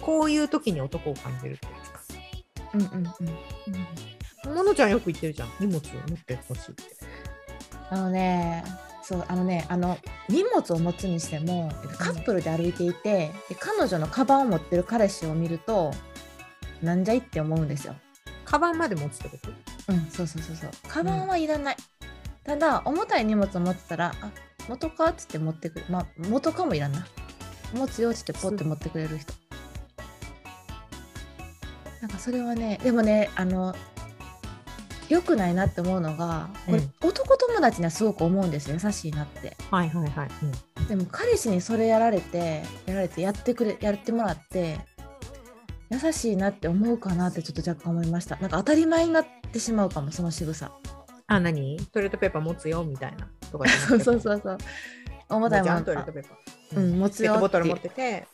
こういう時に男を感じるってやつか。うんうんうんうん。ものちゃんよく言ってるじゃん。荷物を持ってほしいって。あのねそうあのねあの荷物を持つにしてもカップルで歩いていて、で彼女のカバンを持ってる彼氏を見るとなんじゃいって思うんですよ。カバンまで持つってことうん、そうそうそうそう。カバンはいらない。ただ重たい荷物を持ってたら、あ、元かっつって持ってくる。まあ元かもいらんな。持つよっつってポッて持ってくれる人。なんかそれはね、でもね、あの良くないなって思うのが、これ、うん男友達にはすごく思うんですよ。優しいなって。はいはいはい。うんでも彼氏にそれやられて、やられてやってくれ、やってもらって。優しいなって思うかなってちょっと若干思いました。なんか当たり前になってしまうかもその仕草。あ、何トイレットペーパー持つよみたいな。とかじゃなくそうてそうそうそう。重たいじもゃのんトイレットあペーパー。うん、持つペッよトボってトルい持うってて、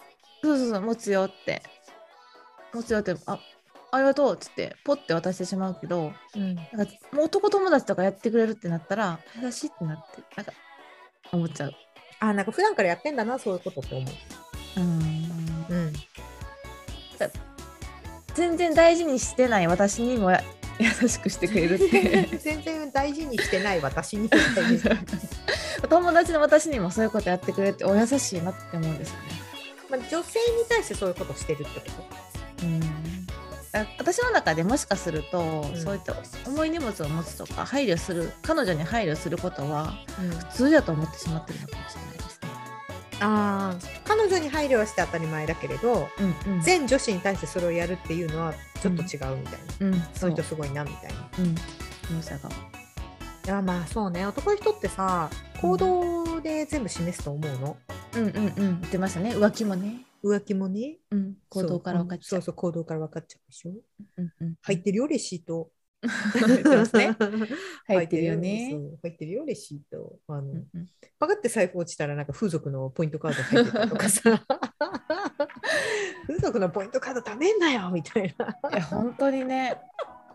そうそうそう、持つよって。持つよって、あ、ありがとうっつって、ポッて渡してしまうけど、なんかもう男友達とかやってくれるってなったら、優しいってなって、なんか思っちゃう。あ、なんか普段からやってんだな、そういうことって思う。うん。うん。全然大事にしてない私にもや 優しくしてくれるって。 全然大事にしてない私みたいな。友達の私にもそういうことやってくれて、お優しいなって思うんですよね。まあ、女性に対してそういうことしてるってことうんあ私の中でもしかすると、うんそういった重い荷物を持つとか配慮する彼女に配慮することは普通だと思ってしまってるのかもしれないですね。ああ彼女に配慮はして当たり前だけれどうんうん、全女子に対してそれをやるっていうのはちょっと違うみたいな、うん、そそうういう人すごいなみたいなうん、良さがいやまあそうね男の人ってさ行動で全部示すと思うのうんうんうん出ましたね浮気もね、浮気もねうん、行動から分かっちゃそうう。そう行動から分かっちゃうでしょうんうん、入ってるよレシート入ってま すね 入ってるよそね。う入ってるよレシートあの、うんうんパカって財布落ちたらなんか風俗のポイントカード入ってたとか さ風俗のポイントカード貯めんなよみたいな。いや本当にね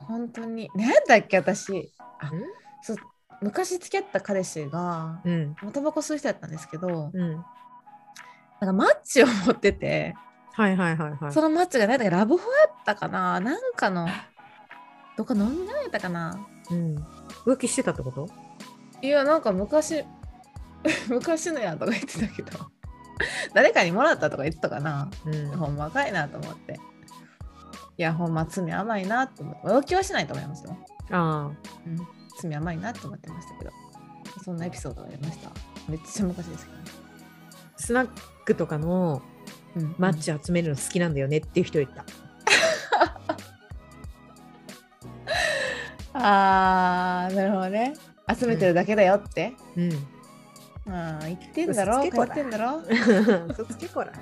本当に何だっけ私あんそう昔付き合った彼氏がうんタバコ吸う人だったんですけどうん、なんかマッチを持ってて。はいはいはいはい。そのマッチが何だっけラブホやったかななんかのどっか飲みなれたかなうん、浮気してたってこといやなんか昔 昔のやんとか言ってたけど誰かにもらったとか言ってたかなうんほんまかいなと思っていやほんま罪甘いなと思って浮気はしないと思いますよ、あうん、罪甘いなと思ってましたけどそんなエピソードがありましためっちゃ昔ですけどね、あスナックとかのうんマッチ集めるの好きなんだよねっていう人いた。あーなるほどね集めてるだけだよって、 うん、ああ言ってんだろ嘘つけこ言らってんだろそつけこら。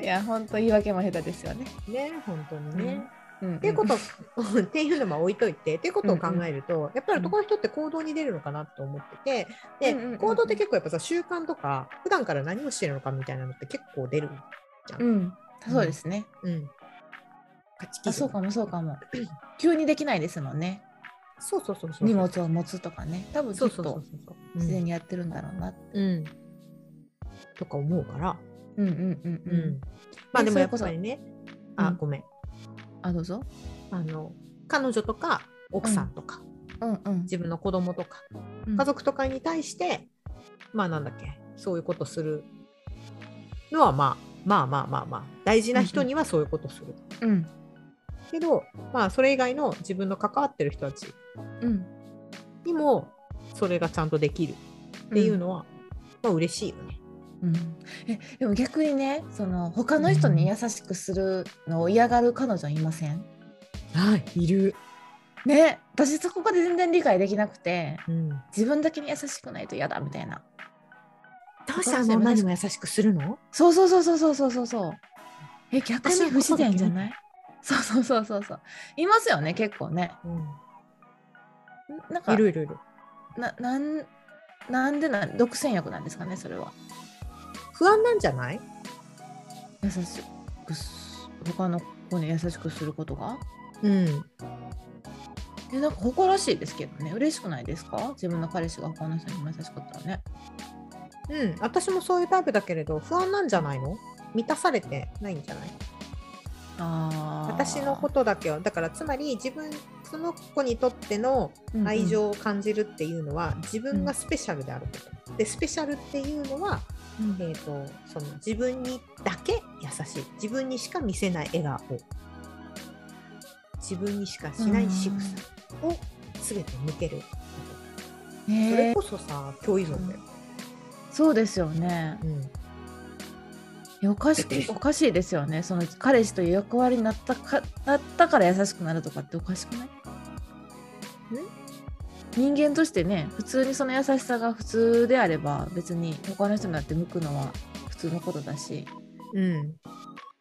いや、本当言い訳も下手ですよね。ね本当にね。うん、っっていうこと っていうのも置いといてっていうことを考えると、やっぱり男の人って行動に出るのかなと思っててで、うんうんうんうん行動って結構やっぱさ習慣とか普段から何をしてるのかみたいなのって結構出る、うん、そうですね。うん、勝ちあ、そうかも、そう かも。急にできないですもんね。そうそうそうそう荷物を持つとかね。多分、ちそょうっそうそうとそう自然にやってるんだろうな。うん、うんとか思うから、うん、うん、うん、ううんん。まあでもやっそぱりれこそねあうんごめんあ、どうぞ。あの彼女とか奥さんとか、うん、うん。自分の子供とか家族とかに対して、まあなんだっけそういうことするのは、まあ、まあまあまあまあ大事な人にはそういうことする、うん。けど、まあ、それ以外の自分の関わってる人たちうん。にもそれがちゃんとできるっていうのは、まあ嬉しいよね。うん。え、でも、逆にね、その他の人に優しくするのを嫌がる彼女いません。はい、いる、ね、私そこまで全然理解できなくて、うん。自分だけに優しくないと嫌だみたいな。どうしてあの女にも優しくするのそうそうそうそうそうそうそうそう。え、逆に不自然じゃないそうそうそうそうそう。いますよね、結構ね。なんか、いるいるいる。ななんなんでなん独占欲なんですかね、それは。不安なんじゃない優しくす、他の子に優しくすることが。うん。え、なんか誇らしいですけどね、嬉しくないですか自分の彼氏が他の人にも優しかったらね。うん、私もそういうタイプだけれど不安なんじゃないの満たされてないんじゃないあー私のことだけはだからつまり自分その子にとっての愛情を感じるっていうのは、自分がスペシャルであることでスペシャルっていうのは、うんえー、とその自分にだけ優しい自分にしか見せない笑顔自分にしかしない仕草を全て向けるそねれえこそさ共依存だよ、そうですよねうんいやおかしおかしいですよねその彼氏という役割になったかなったから優しくなるとかっておかしくない人間としてね普通にその優しさが普通であれば別に他の人になって向くのは普通のことだしうん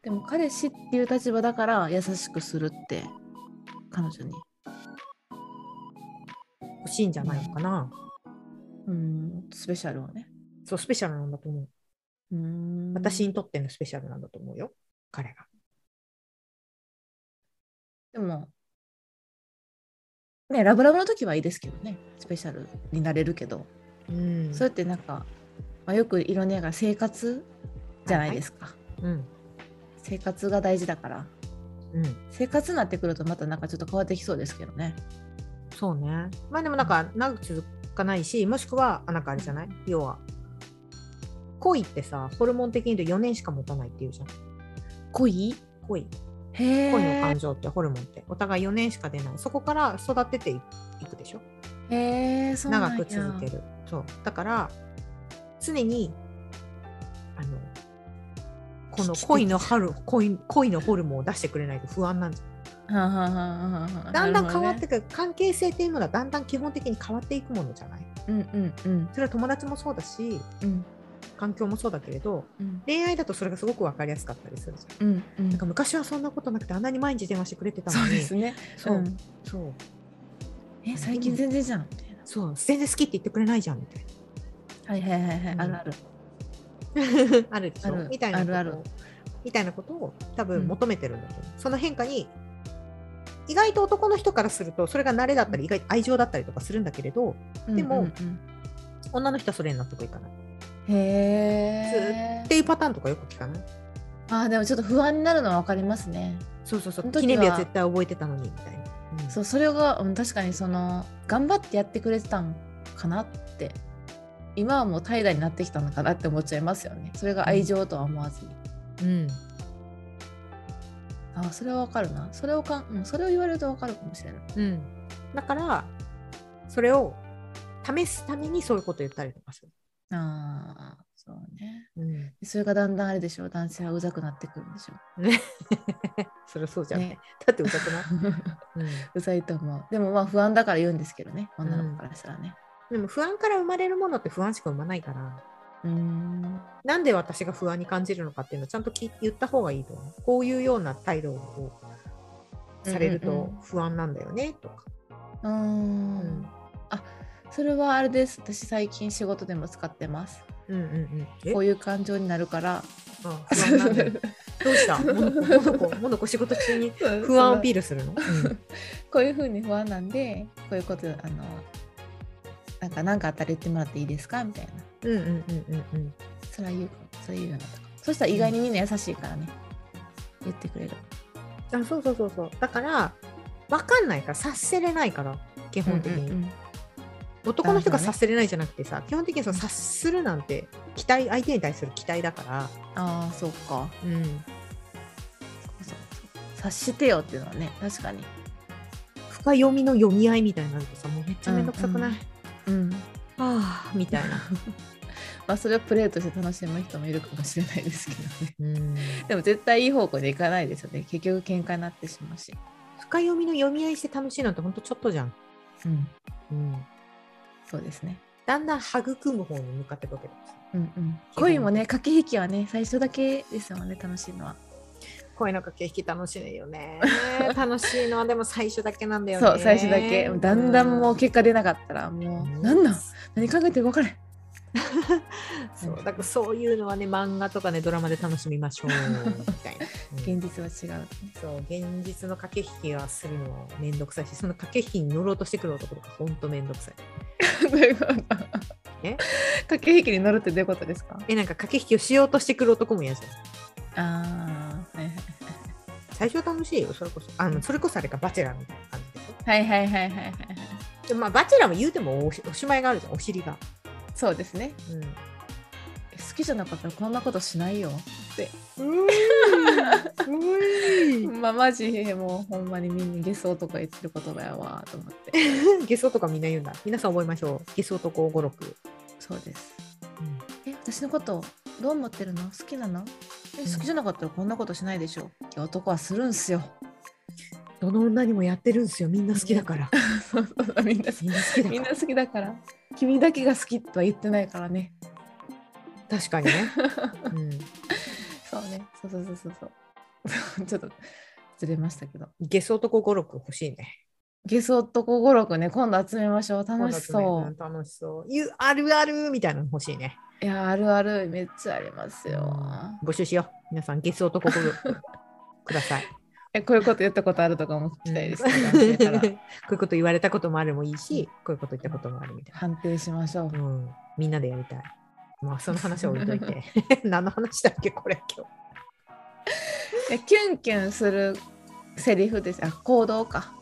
でも彼氏っていう立場だから優しくするって彼女に欲しいんじゃないのかな、うんスペシャルをねそうスペシャルなんだと思ううん私にとってのスペシャルなんだと思うよ彼がでも、ね、ラブラブの時はいいですけどね、スペシャルになれるけど、うんそうやってなんか、まあ、よく色ねが生活じゃないですか、うん生活が大事だから、うん生活になってくるとまたなんかちょっと変わってきそうですけどね。そうね。まあでもなんか長く続かないし、もしくは、あなんかあれじゃない要は、恋ってさ、ホルモン的に言うと4年しか持たないっていうじゃん。恋恋、へ恋のえ感情ってホルモンって、お互い4年しか出ない。そこから育てていくでしょ。へえそうな長んやく続ける。そう。だから、常に、あの、この恋の春恋恋のホルモンを出してくれないと不安なんじゃんはあはあはあはあはあだんだん変わなってるくる関係性っていうのがだんだん基本的に変わっていくものじゃないほどねうんうんそれは友達もそうだしうん環境もそうだけれどうん恋愛だとそれがすごく分かりやすかったりするじゃん。うんうんなんか昔はそんなことなくてあんなに毎日電話してくれてたそのうでにすね。そう,、んそうえ最近全然じゃんみたいな。そう全然好きって言ってくれないじゃんみたいはいはいはいはい、うんあるある。なあるでしょ あるみたいなことをあるあるみたいなことを多う分ん求めてるんだと思う、その変化に意外と男の人からするとそれが慣れだったり意外と愛情だったりとかするんだけれどでもうんうん女の人はそれに納得いかないっうんへていうパターンとかよく聞かないーあーでもちょっと不安になるのは分かりますね。そうそうそそのう時は記念日は絶対覚えてたのにみたいな、うんそうそれがうん確かにその頑張ってやってくれてたんかなって今はもう怠惰になってきたのかなって思っちゃいますよね。それが愛情とは思わずに。うんあーそれは分かるな。それをかん、うん、それを言われると分かるかもしれない。うん、だからそれを試すためにそういうこと言ったりとかする。ああそうね。うん、それがだんだんあれでしょう男性はうざくなってくるんでしょそりゃそうじう。ゃん、ね、 だってうざくない、うんうざいと思う。でもまあ不安だから言うんですけどね女の子からしたらね。でも不安から生まれるものって不安しか生まないからうーんなんで私が不安に感じるのかっていうのをちゃんと聞い言った方がいいと思うこういうような態度をされるうんうんと不安なんだよねとか。うーんあそれはあれです私最近仕事でも使ってますうんうんうん、えこういう感情になるからあ不安なんだよどう したモノコモノコモノコ仕事中に不安アピールする の、うんこういうふうに不安なんでこういうことあのなんか何かあったら言ってもらっていいですかみたいなうんうんうんうんうんそれは言うかそれ言うようなとかそしたら意外にみんな優しいからね、言ってくれるあそうそうそうそうだから分かんないから察せれないから基本的に、うんうんうん男の人が男性はね察せれないじゃなくてさ基本的にその察するなんて期待相手に対する期待だから、ああそうかうん、そうそうそう察してよっていうのはね確かに深読みの読み合いみたいになるとさもうめっちゃめんどくさくない、うんうんああみたい な、まあそれをプレーとして楽しむ人もいるかもしれないですけどねうん、でも絶対いい方向でいかないですよね。結局喧嘩になってしまうし。深読みの読み合いして楽しいなんてほんとちょっとじゃん、うん、うん、そうですね。だんだん育む方に向かっていくわけですうんうん、恋もね、駆け引きはね、最初だけですよね、楽しいのは。恋の駆け引き楽しいよ ね楽しいのはでも最初だけなんだよねそう、最初だけ。だんだんもう結果出なかったら、もう、なんなん何考えてるか分からん。そうだからそういうのはね漫画とかねドラマで楽しみまし ょうみたいな、うん現実は違 う。そう現実の駆け引きはするのはめんどくさいしその駆け引きに乗ろうとしてくる男とかほんとめんどくさいどういうことえ駆け引きに乗るってどういうことですかえなんか駆け引きをしようとしてくる男も嫌じゃんああ、はいはい。最初楽しいよそれこそあのそれこそあれかバチェラーみたいな感じでしはいはいはいはいはいはい。ょでまあバチェラーも言うてもおしおしまいがあるじゃんお尻が、そうですね。うん、好きじゃなかったらこんなことしないよって。うまあマジもうほんまにみんなゲソとか言ってる言葉やわと思って。 んゲソとかみん な言うんだ皆さん覚えましょうゲソとこ語録、そうです。え私のことどう思ってるの好きなのえうん好きじゃなかったらこんなことしないでしょいや男はするんすよ。どの女にもやってるんですよみんな好きだからそうそう みん な好きみんな好きだみかんな好きだから。君だけが好きとは言ってないからね。ら確かにね、うん、そうね。そうそうそうそうそう。 ちょっとずれましたけど。ゲソとこ語録欲しいねゲソ男語録ね、今度集めましょう。楽し今そう。度集めるの楽しそうゆあるあるみたいなの欲しいねいや、あるある、めっちゃありますよ。募集しよう。皆さん、ゲス男語録くだ さい。え、こういうこと言ったことあるとかも聞きたいです ね。男性からこういうこと言われたこともあるもいいし、こういうこと言ったこともあるみたい判定しましょうな。。うん、みんなでやりたい。まあ、その話は置いとい て。何の話だっけ、これ、今えキュンキュンするセリフです。あ、行動か。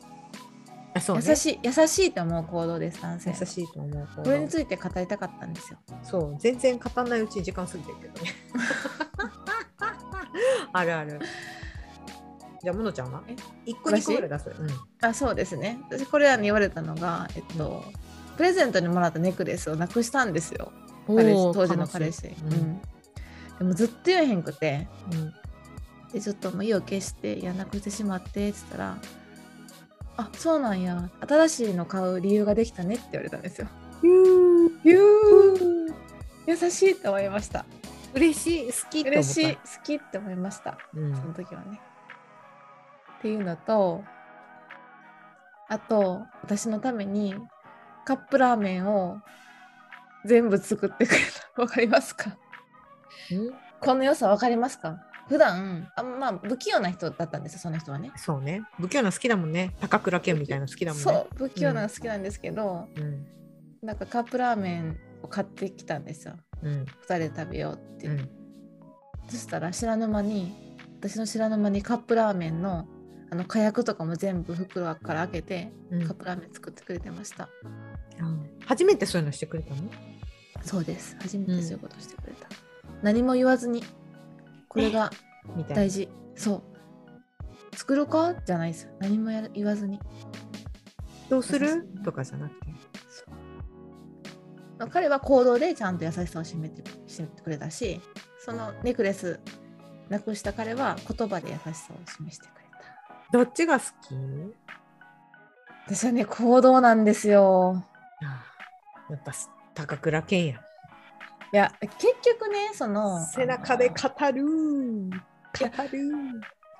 日。あそうね、優しい、優しいと思う行動です、男性の。優しいと思う。これについて語りたかったんですよ。そう、全然語んないうちに時間過ぎてるけど ね。あるある。じゃあ、ものちゃんはえ一個二個ぐらい出す。うんあ、そうですね。私、これらに言われたのが、えっと、プレゼントにもらったネックレスをなくしたんですよ。彼氏当時の彼氏。悲しいうん。でもずっと言えへんくて。うんでちょっともう意を決していやなくしてしまってっつったら「あそうなんや新しいの買う理由ができたね」って言われたんですよ。ゆー優しいと思いました。嬉しい、好きって思った。嬉しい好きって思いましたうん。その時はね。っていうのとあと私のためにカップラーメンを全部作ってくれたわかりますかうんこの良さわかりますか普段あまあ不器用な人だったんですよその人はね。そうね。不器用なの好きだもんね。高倉健みたいなの好きだもんね。そう不器用なの好きなんですけど、うん。なんかカップラーメンを買ってきたんですようん。 2人で食べようって、うん。そしたら知らぬ間に私の知らぬ間にカップラーメンのあの火薬とかも全部袋から開けてうカッんプラーメン作ってくれてました、初めてそういうのしてくれたのそうです初めてそういうことしてくれた、何も言わずにこれがみたい大な。事そう作るかじゃないですよ何もやる言わずにどうすそうるそうとかじゃなくて。そう彼は行動でちゃんと優しさを示して示してくれたしそのネックレスなくした彼は言葉で優しさを示してくれたどっちが好き私はね行動なんですよああやっぱ高倉健や。いや結局ねその背中で語ある の語る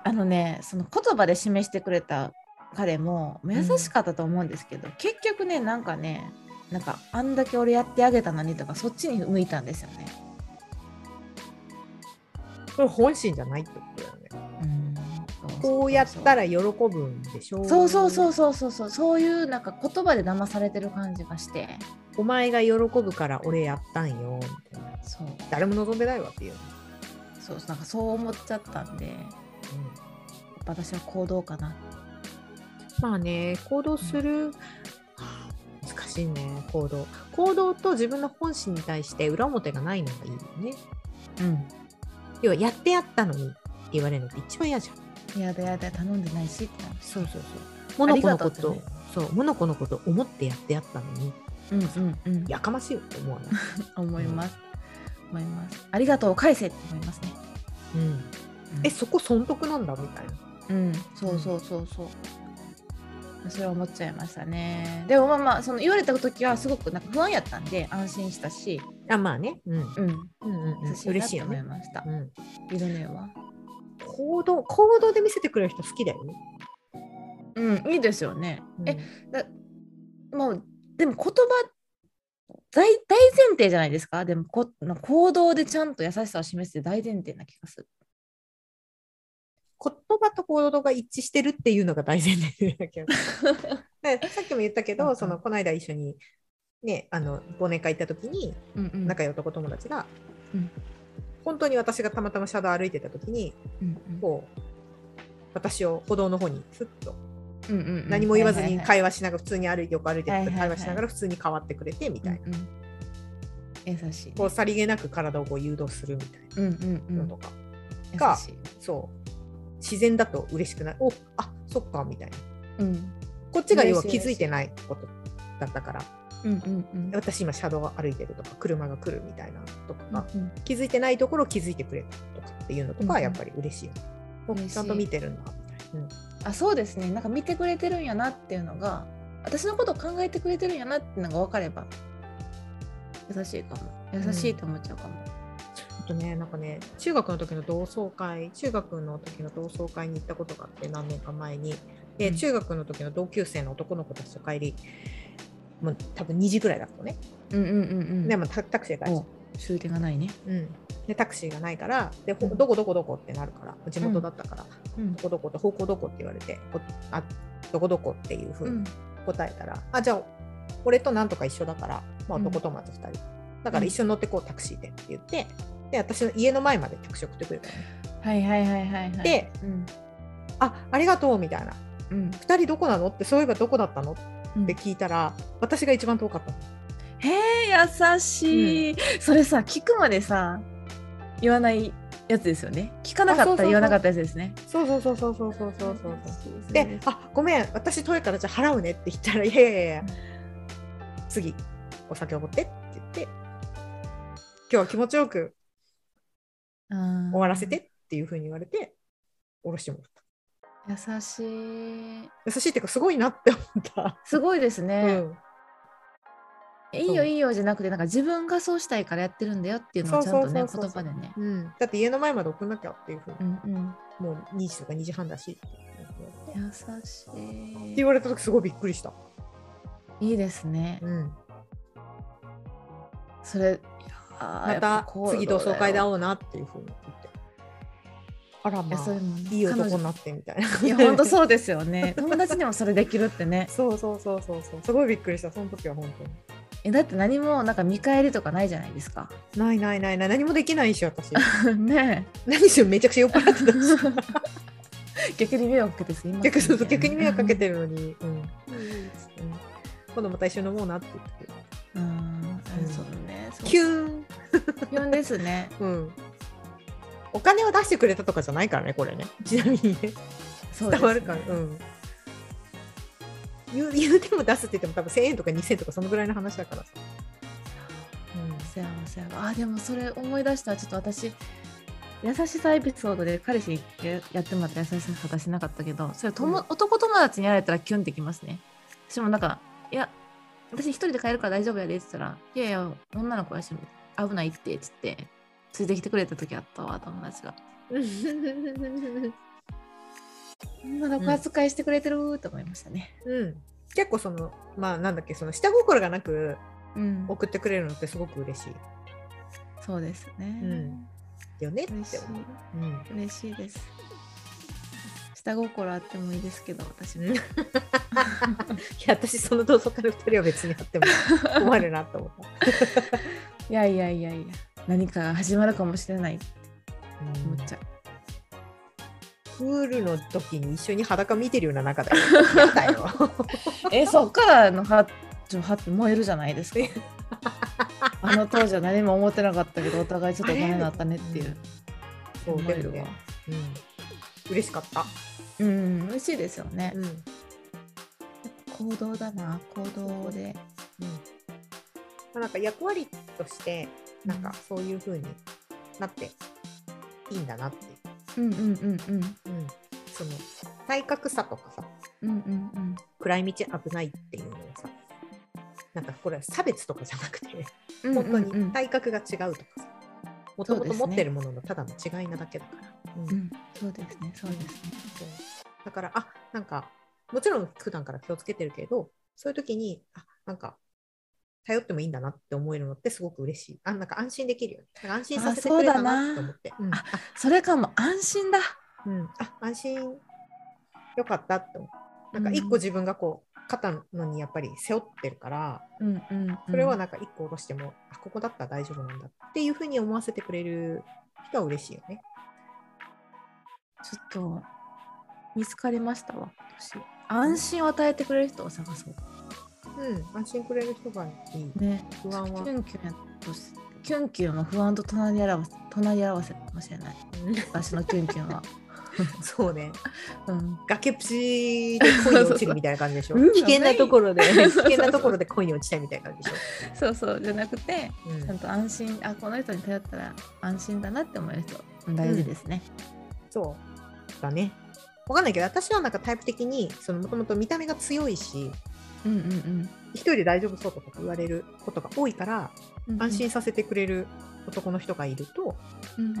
あのねその言葉で示してくれた彼も優しかったと思うんですけど、結局ねなんかねなんかあんだけ俺やってあげたのにとかそっちに向いたんですよね。これ本心じゃないってことだよね。うんこうやったら喜ぶんでしょそうそうそう。そうそうそうそういうなんか言葉で騙されてる感じがしてお前が喜ぶから俺やったんよ。みたいなそう誰も望んでないわっていう。そうなんかそう思っちゃったんでやっうんぱ私は行動かなまあね、行動する、難しいね、行動。行動と自分の本心に対して裏表がないのがいいよね。うん要は、やってやったのにって言われるのって一番嫌じゃん。やだやだ頼んでないしってなるそうそうそう。モノコのこあと、りがとそう、モノコのこと思ってやってやったのに、うんうんうんやかましいよって思わない。思います思いますありがとうを返せって思いますねうん。え、そこ損得なんだみたいな。うんそうそうそうそうそれは思っちゃいましたねでもまあまあその言われた時はすごくなんか不安やったんで安心したし、あ、まあね。うん。うんううんん、うん。優嬉ししいいよなと思いね。ましたう、ん。いるねは行動、行動で見せてくれる人好きだよね。うんいいですよね、うんえだもうでも言葉大大前提じゃないですかでもこの行動でちゃんと優しさを示すって大前提な気がする。言葉と行動が一致してるっていうのが大前提だけど でさっきも言ったけうんうどんそのこの間一緒にねあの忘年会行った時にうんうん仲良い男友達が、うん本当に私がたまたま車道歩いてた時にうんうんこう私を歩道の方にふっとうんうんうん何も言わずにはい会話しながら普通に歩いてよく歩いてはいはいはい会話しながら普通に変わってくれてみはたいいは、ないうんうん優しいねこうさりげなく体をこう誘導するみたいうんうんうなんのとか、優かしいそう自然だと嬉しくないおあそっかみたいなうんこっちが要は嬉し気いづいてないことだったからうんうんうん私今車道を歩いてるとか車が来るみたいなとかが、うん気づいてないところを気づいてくれたとかっていうのとかうんうはんやっぱり嬉しいよね、お嬉しいちゃんと見てるんだみたいな、あそうですねなんか見てくれてるんやなっていうのが私のことを考えてくれてるんやなっていうのが分かれば優しいかも優しいと思っちゃうかも、うん、あとねなんかね中学の時の同窓会中学の時の同窓会に行ったことがあって何年か前にで、うん中学の時の同級生の男の子たちと帰りもう多分2時ぐらいだったのね、うん、うんうんうんでもタタクシーで帰っちゃっお終点がないね、た、うん、でタクシーがないからでほうんどこどこどこってなるから地元だったから、うんどこどこと方向どこって言われてこあどこどこっていうふうに答えたら、あじゃあ俺となんとか一緒だから、まあ、うん男友達2人、だから一緒に乗ってこうタクシーでって言ってで私の家の前までタクシー送ってくれたの、はいはいはいはいはいでうんあありがとうみたいなうん2人どこなのってそういえばどこだったのっうんて聞いたら私が一番遠かったのへえ優しい、それさ聞くまでさ言わないやつですよね聞かなかあそうっそたうそうら言わなかったやつですねそうそうそうそうそうそうそうそうそうであごめん私遠いからじゃあ払うねって言ったらいやいやいやいや次お酒おごってって言って今日は気持ちよく終終わらせてっていうふうに言われておろしてもらった優しい優しいっていうかすごいなって思った、すごいですね、うんいいよいいよじゃなくてなんか自分がそうしたいからやってるんだよっていうのをちゃんとねそうそ言うそ葉うそうでね。うん、だって家の前まで送んなきゃっていうふうに、うんうん、もう2時とか2時半だしって言優しいわれた時すごいびっくりした、いいですねうん、それまた次同窓会で会おうなっていうふうに言ってあらいやまそれあもねいい男になってみたいな彼女いや本当そうです よね友達でもそれできるってねそうそうそうそうそうすごいびっくりしたその時は本当にえだって何もなんか見返りとかないじゃないですか ないないないない何もできないし私ね何しろめちゃくちゃ酔っ払ってたし え逆に迷惑かけてすいません逆そうそう逆に迷惑かけててるのに、うんうん今度また一緒に飲もうなって言ってくれるうんそうねそうキューン、急ですねうん、お金を出してくれたとかじゃないからねこれねちなみにねそう で伝すねわるから、うん言う 言うても出すって言っても多分1000円とか2000円とかそのぐらいの話だからさ、せやわせやわあでもそれ思い出したちょっと私優しさエピソードで彼氏にやってもらった優しさ探してなかったけどそれとも、うん男友達にやられたらキュンってきますね私もなんか「いや私一人で帰るから大丈夫やで」って言ったら「いやいや女の子やし危ないって」っつってついてきてくれた時あったわ友達 がうん女の子扱いしてくれてると思いましたねうん、結構そのまあなんだっけその下心がなくうん、送ってくれるのってすごく嬉しそうですね、うんいよねって嬉しい思う、うん嬉しいです下心あってもいいですけど私もうんいや私その同窓会の2人は別にあっても困るなと思った。いやいやいやいや何かが始まるかもしれないって思っちゃう、プールの時に一緒に裸見てるような中だよ。や だよえそっからのはちょは燃えるじゃないです かあの当時は何も思ってなかったけどお互いちょっとダメになったねっていうそう燃でえもるわね、うん、嬉しかった。うん嬉しいですよねうん行動だな行動でうん、なんか役割としてなんかそういう風になっていいんだなっていう、うんうんうんうんうん、その体格差とかさうんうんうん暗い道危ないっていうのをさなんかこれは差別とかじゃなくてうん本当うんうにん体格が違うとかさもとそもうですとね持ってるもののただの違いなだけだから、うんうんそうですねそうですねそうだからあなんかもちろん普段から気をつけてるけどそういう時にあなんか頼ってもいいんだなって思えるのってすごく嬉しいあなんか安心できるよねだから安心させてくれたなって思ってうんあそれかも安心だうんあ安心よかったって思うなんか一個自分がこう肩のにやっぱり背負ってるから、うんうん、うん、それはなんか一個下ろしても、あここだったら大丈夫なんだっていうふうに思わせてくれる人は嬉しいよね。ちょっと見つかりましたわ私安心を与えてくれる人を探そううん、安心くれる人がいい。ね不安はキュンキュンやとしキュンキュンは不安と隣り合わせ隣り合わせかもしれない私のキュンキュンは、 そうね。 うん、崖っぷちで恋に落ちるみたいな感じでしょ。うん危険なところで、危い険なところで恋に落ちたいみたいな感じでしそうそうじゃなくてょ。うんちゃんと安心あこの人に頼ったら安心だなって思える人大事ですね、そうだね。わかんないけど、私はなんかタイプ的に、そのもともと見た目が強いし、うん、うんうん一人で大丈夫そうとか言われることが多いから、うん安心させてくれる男の人がいるとうん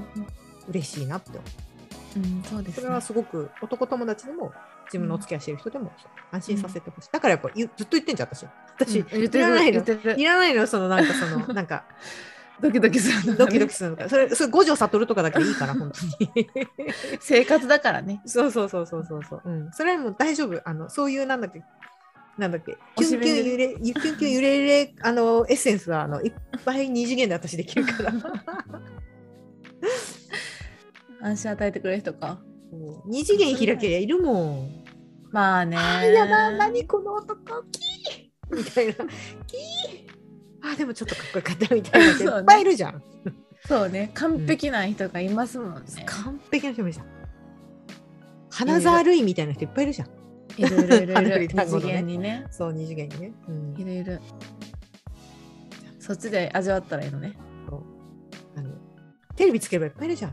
嬉しいなって思う。うん、うん、そうですそねれはすごく男友達でも、自分のお付き合いしてる人でもそう安心させてほしい。だからやっぱ言うずっと言ってんじゃん、私。私、うん言っていらないるの言ってるいらないのよそのなんかそのなんかドキドキするのがねドキドキするのかそれそれ五条悟とかだけでいい から本当に生活だからねそうそうそうそうそうそう、うん、それはもう大丈夫あのそういうなんだっけなんだっけおキュしンめキでュン揺れゆキュンキュン揺れ揺れあのエッセンスはあのいっぱい二次元で私できるから安心与えてくれる人かもう二次元開けりゃいるもんまあねあーやばい何この男キーみたいなキーあーでもちょっとかっこよかったみたいな人いっぱいいるじゃん、そうね完璧な人がいますもんね、完璧な人もいるじゃん花沢類みたいな人いっぱいいるじゃんいろいろい ろあいのろ二二単語のね次元にねそう、二次元にね。うんいろいろそっちで味わったらいいのねそうあのテレビつければいっぱいいるじゃん。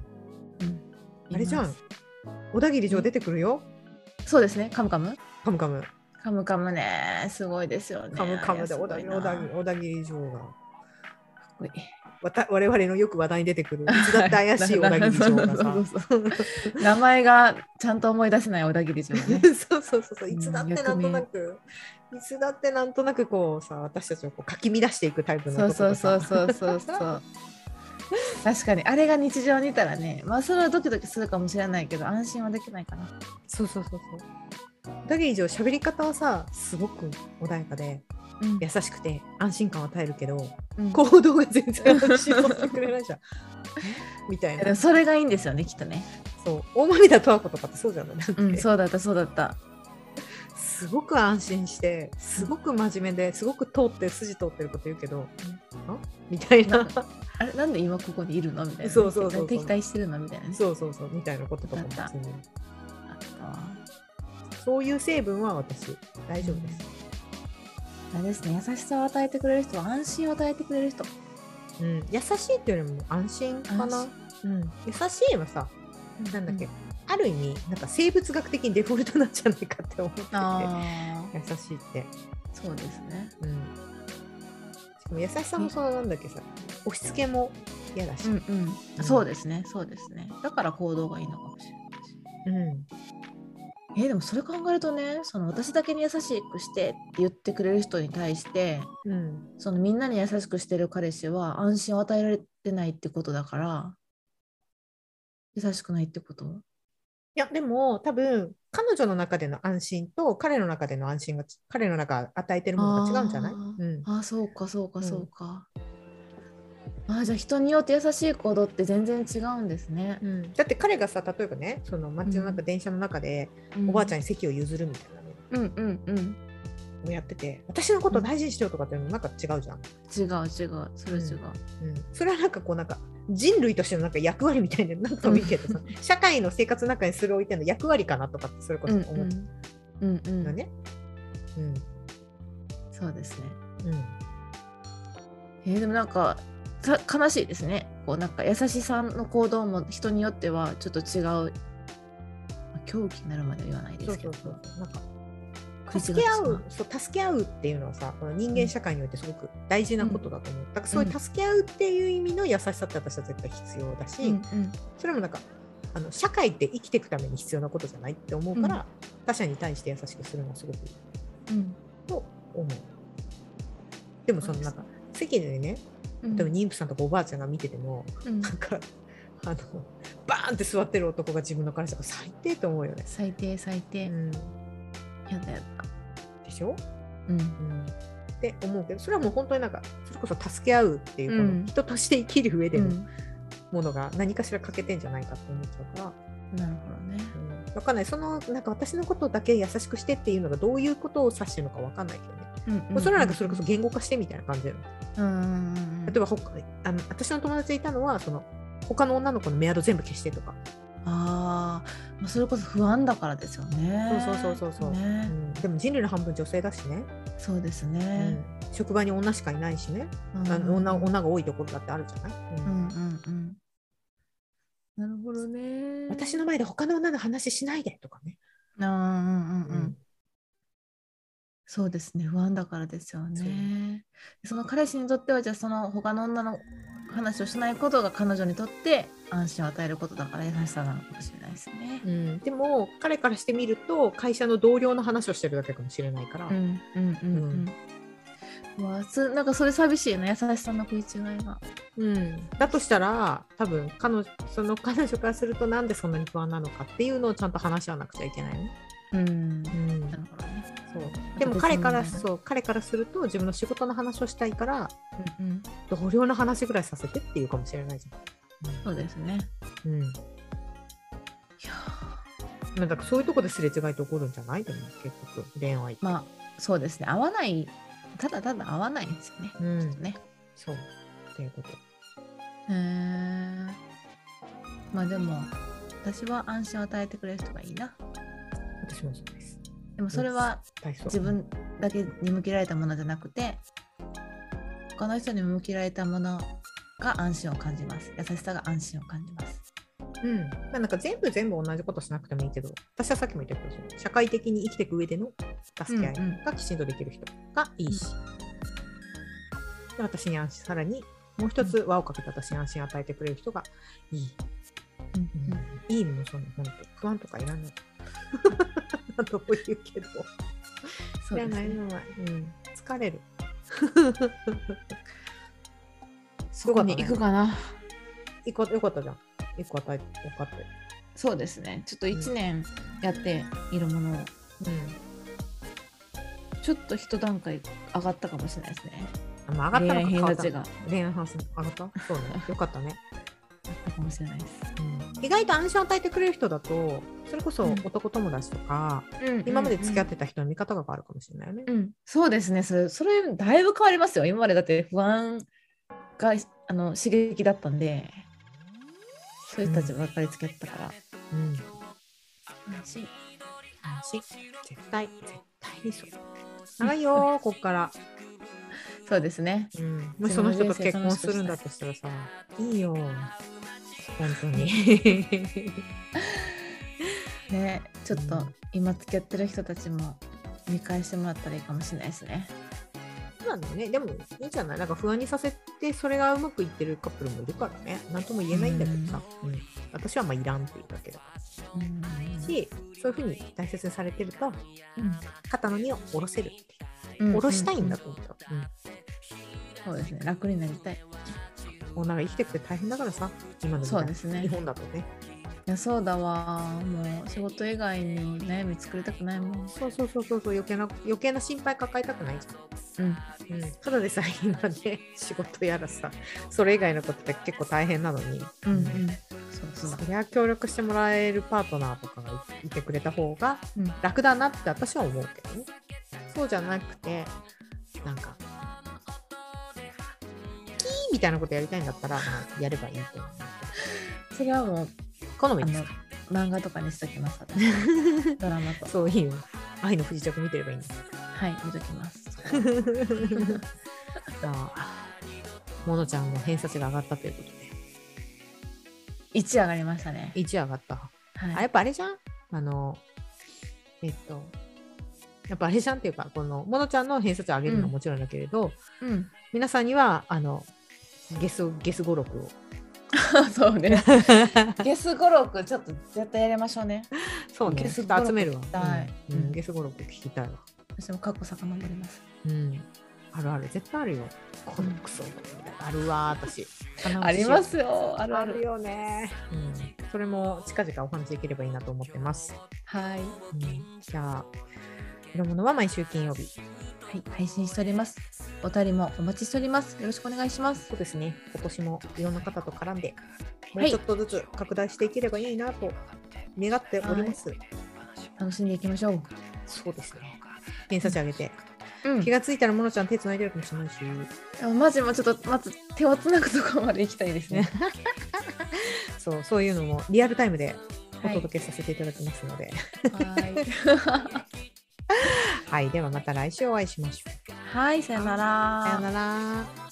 あれじゃいまんす。小田切城出てくるよ。そうですねカムカムカムカム。カムカムねすごいですよねカムカムで小田あれ切はすご小いな田切小田切城が。かっこいいわた我々のよく話題に出て くる、いつだって怪しい小田切城がさそう。そうそう名前がちゃんと思い出せない小田切城 がね そうそうそうそう、いつだってなんとなく、いつだってなんとなくこうさ、私たちをこうかき乱していくタイプのそう男そうがそうさそうそうそう確かにあれが日常にいたらねまあそれはドキドキするかもしれないけど安心はできないかなそうそうそうそう。小田切城喋り方はさ、すごく穏やかで、うん優しくて安心感を与えるけど、うん行動が全然安心させてくれないじ ゃん。えみたいでもな。それがいいんですよねきっとねそう。大森田十和子とかってそうじゃないなんて、うんそうだったそうだったすごく安心して、すごく真面目で、すごく通って、筋通ってること言うけど、んみたいな。なんあれなんで今ここにいるのみたいなねそうそうそうそう敵対してるのみたいなねそうそうそう、みたいなこととかも別に。あったわそういう成分は私、大丈夫です。あれですね優しさを与えてくれる人は安心を与えてくれる人うん、優しいっていうよりも安心かな安。うん、優しいはさ、なんだっけ、ある意味、なんか生物学的にデフォルトなんじゃないかって思ってて、ああ優しいって。そうですねうん、しかも優しさもそのなんだっけさ押し付けも嫌だし、うんうんそうですねそうですねだから行動がいいのかもしれないうしんえーでもそれ考えるとねその私だけに優しくしてって言ってくれる人に対してうんそのみんなに優しくしてる彼氏は安心を与えられてないってことだから優しくないってこといやでも多分彼女の中での安心と彼の中での安心が彼の中与えてるものが違うんじゃない、あうーん、ああそうかそうかんそうか、ああじゃあ人によって優しい行動って全然違うんですね、うんだって彼がさ例えばねその街の中、電車の中でおばあちゃんに席を譲るみたいなのうんうんうんうんをやってて、私のことを大事にしようとかっていうのもなんか違うじゃん、違う違うそれ違う、うん、それはなんかこうなんか人類としてのなんか役割みたいななんか見ててさ社会の生活の中にそれを置いての役割かなとかってそれこそうん思っちゃううんうん、のね。うん。そうですねうん。えーでもなんかさ悲しいですねこうなんか優しさの行動も人によってはちょっと違うまあ狂気になるまでは言わないでそうすけそどうそう。なんか。食い違助け合ってしまううそう助け合うっていうのはさこの人間社会においてすごく大事なことだと思う、だからそういううん助け合うっていう意味の優しさって私は絶対必要だし、それもなんかあの社会って生きていくために必要なことじゃないって思うから、他者に対して優しくするのはすごくいいうんうんと思うでもそのなんか席でねうん多分妊婦さんとかおばあちゃんが見てても、うんなんかあのバーンって座ってる男が自分の彼氏が最低と思うよね最低最低、うん、でやだやだしょ、うんうん、って思うけどそれはもう本当になんかそれこそ助け合うっていうこの、うん人として生きる上でうのんものが何かしら欠けてんじゃないかと思っちゃうから、なるほどねうんわかんないそのなんか私のことだけ優しくしてっていうのがどういうことを指してるのかわかんないけどね、うんまあそれはなんかそれこそ言語化してみたいな感じだよねうんうん例えばほかあの私の友達でいたのはその他の女の子のメアド全部消してとか、あーまあそれこそ不安だからですよねそうそうそうそうそう、うねんでも人類の半分女性だしね、そうですうねん、職場に女しかいないしね、うんあの女女が多いところだってあるじゃない、うんうんうんうんなるほどね私の前で他の女の話しないでとかね、あーうんうんうん、ううんん、そうですね不安だからですよねその彼氏にとってはじゃあその他の女の話をしないことが彼女にとって安心を与えることだから優しさなのかもしれないですね。でも彼からしてみると会社の同僚の話をしてるだけかもしれないから、うんうんうんうん。うわすなんかそれ寂しいな優しさの食い違いが。うん、だとしたら多分彼女その 彼女からするとなんでそんなに不安なのかっていうのをちゃんと話し合わなくちゃいけないね。うん。うんなるほどね。そうでも彼から別にそう彼からすると自分の仕事の話をしたいからうんうん。同僚の話ぐらいさせてっていうかもしれないじゃん。そうですね。うんうんいやまあ、だからそういうとこですれ違いって起こるんじゃないでも結局恋愛って。まあそうですね合わないただただ合わないんですよね。うきんっとね。そうっていうこと。へえ。まあでも私は安心を与えてくれる人がいいな。私もそうです。でもそれは体操自分だけに向けられたものじゃなくて他の人にも向けられたものが安心を感じます。優しさが安心を感じます。うん、まあなんか全部全部同じことしなくてもいいけど私はさっきも言ったけどその社会的に生きていく上での助け合いうんうんがきちんとできる人がいいし、で私に安心さらにもう一つ輪をかけて私に安心を与えてくれる人がいい、うんいいものその本当不安とかいらない なんとも言うけどそうですいらないね。のは、うん、疲 れるそこに行くかな。一個よかったじゃん一個与えてよかったよそうですね。ちょっと1年やっているものを、ちょっと一段階上がったかもしれないですね。あまあ上がったのか変わった恋の愛偏差値がか恋愛話上が ったそうねよかったねあったかもしれないです。意外と安心を与えてくれる人だとそれこそうん男友達とか、うん今まで付き合ってた人の見方が変わるかもしれないよね。うん、そうですねそれそれだいぶ変わりますよ今までだって不安があの刺激だったんでそういう人たちばっかり付き合ってたから、うん安心安心絶対絶対にそう長いよーこっから、そうですねうん、もしその人と結婚するんだとしたらさいいよー本当に ねちょっと今付き合ってる人たちも見返してもらったらいいかもしれないですねそうなんだよねでもいいんじゃないなんか不安にさせてそれがうまくいってるカップルもいるからね何とも言えないんだけどさ、うん私はまあいらんっていうだけだうんしそういうふうに大切にされてると肩の荷を下ろせるうん下ろしたいんだうと思った、うんそうですね楽になりたいもうなんか生きてくて大変だからさ今の時代そうですね日本だとねいやそうだわもう仕事以外に悩み作りたくないもんそうそうそうそうそう余計な余計な心配抱えたくないじうんゃん、うん、ただでさえ今ね仕事やらさそれ以外のことって結構大変なのに、うんうんそうそうそりゃ協力してもらえるパートナーとかがいいてくれた方がうん楽だなって私は思うけどねそうじゃなくてなんかキーみたいなことやりたいんだったら、まあやればいいと思うそれはもう好あみですのか漫画とかにしとき ます私ドラマとそういいよ。愛の不時着見てればいいんです。はい見ときますじゃあ、モノちゃんも偏差値が上がったということで。 1上がりましたね1上がった。あ、はやいっぱあれじゃんあの、えっと、やっぱあれじゃんっていうか、この、モノちゃんの偏差値を上げるのはもちろんだけれど、うん皆さんには、あの、ゲス、ゲス語録を。 そう ねゲス語録ちょっと絶対やりましょうねそうね、ゲちスょっ語録と集めるわ聞き。たいうんうんうんゲス語録聞きたいわ。私も過去さかのぼりますうん。あるある、絶対あるよ。このクソみたいな。あるわ、私。 ありますよあるああるるよね、うん、それも近々お話しできればいいなと思ってます、はい、うん、じゃあ色物は毎週金曜日そはい、配信しておりますお便りもお待ちしておりますよろしくお願いしますうですね今年もいろんな方と絡んではいもうちょっとずつ拡大していければいいなと願っております。楽しんでいきましょう。そうですね。偏差値上げて。う気がついたら、モノちゃん手つないでるかもしれないし。ん、マジもうちょっとまず手をつなぐところまで行きたいですね。そう、そういうのもリアルタイムでお 届けさせていただきますので。はい、はい、ではまた来週お会いしましょう。はい、さよなら。さよなら。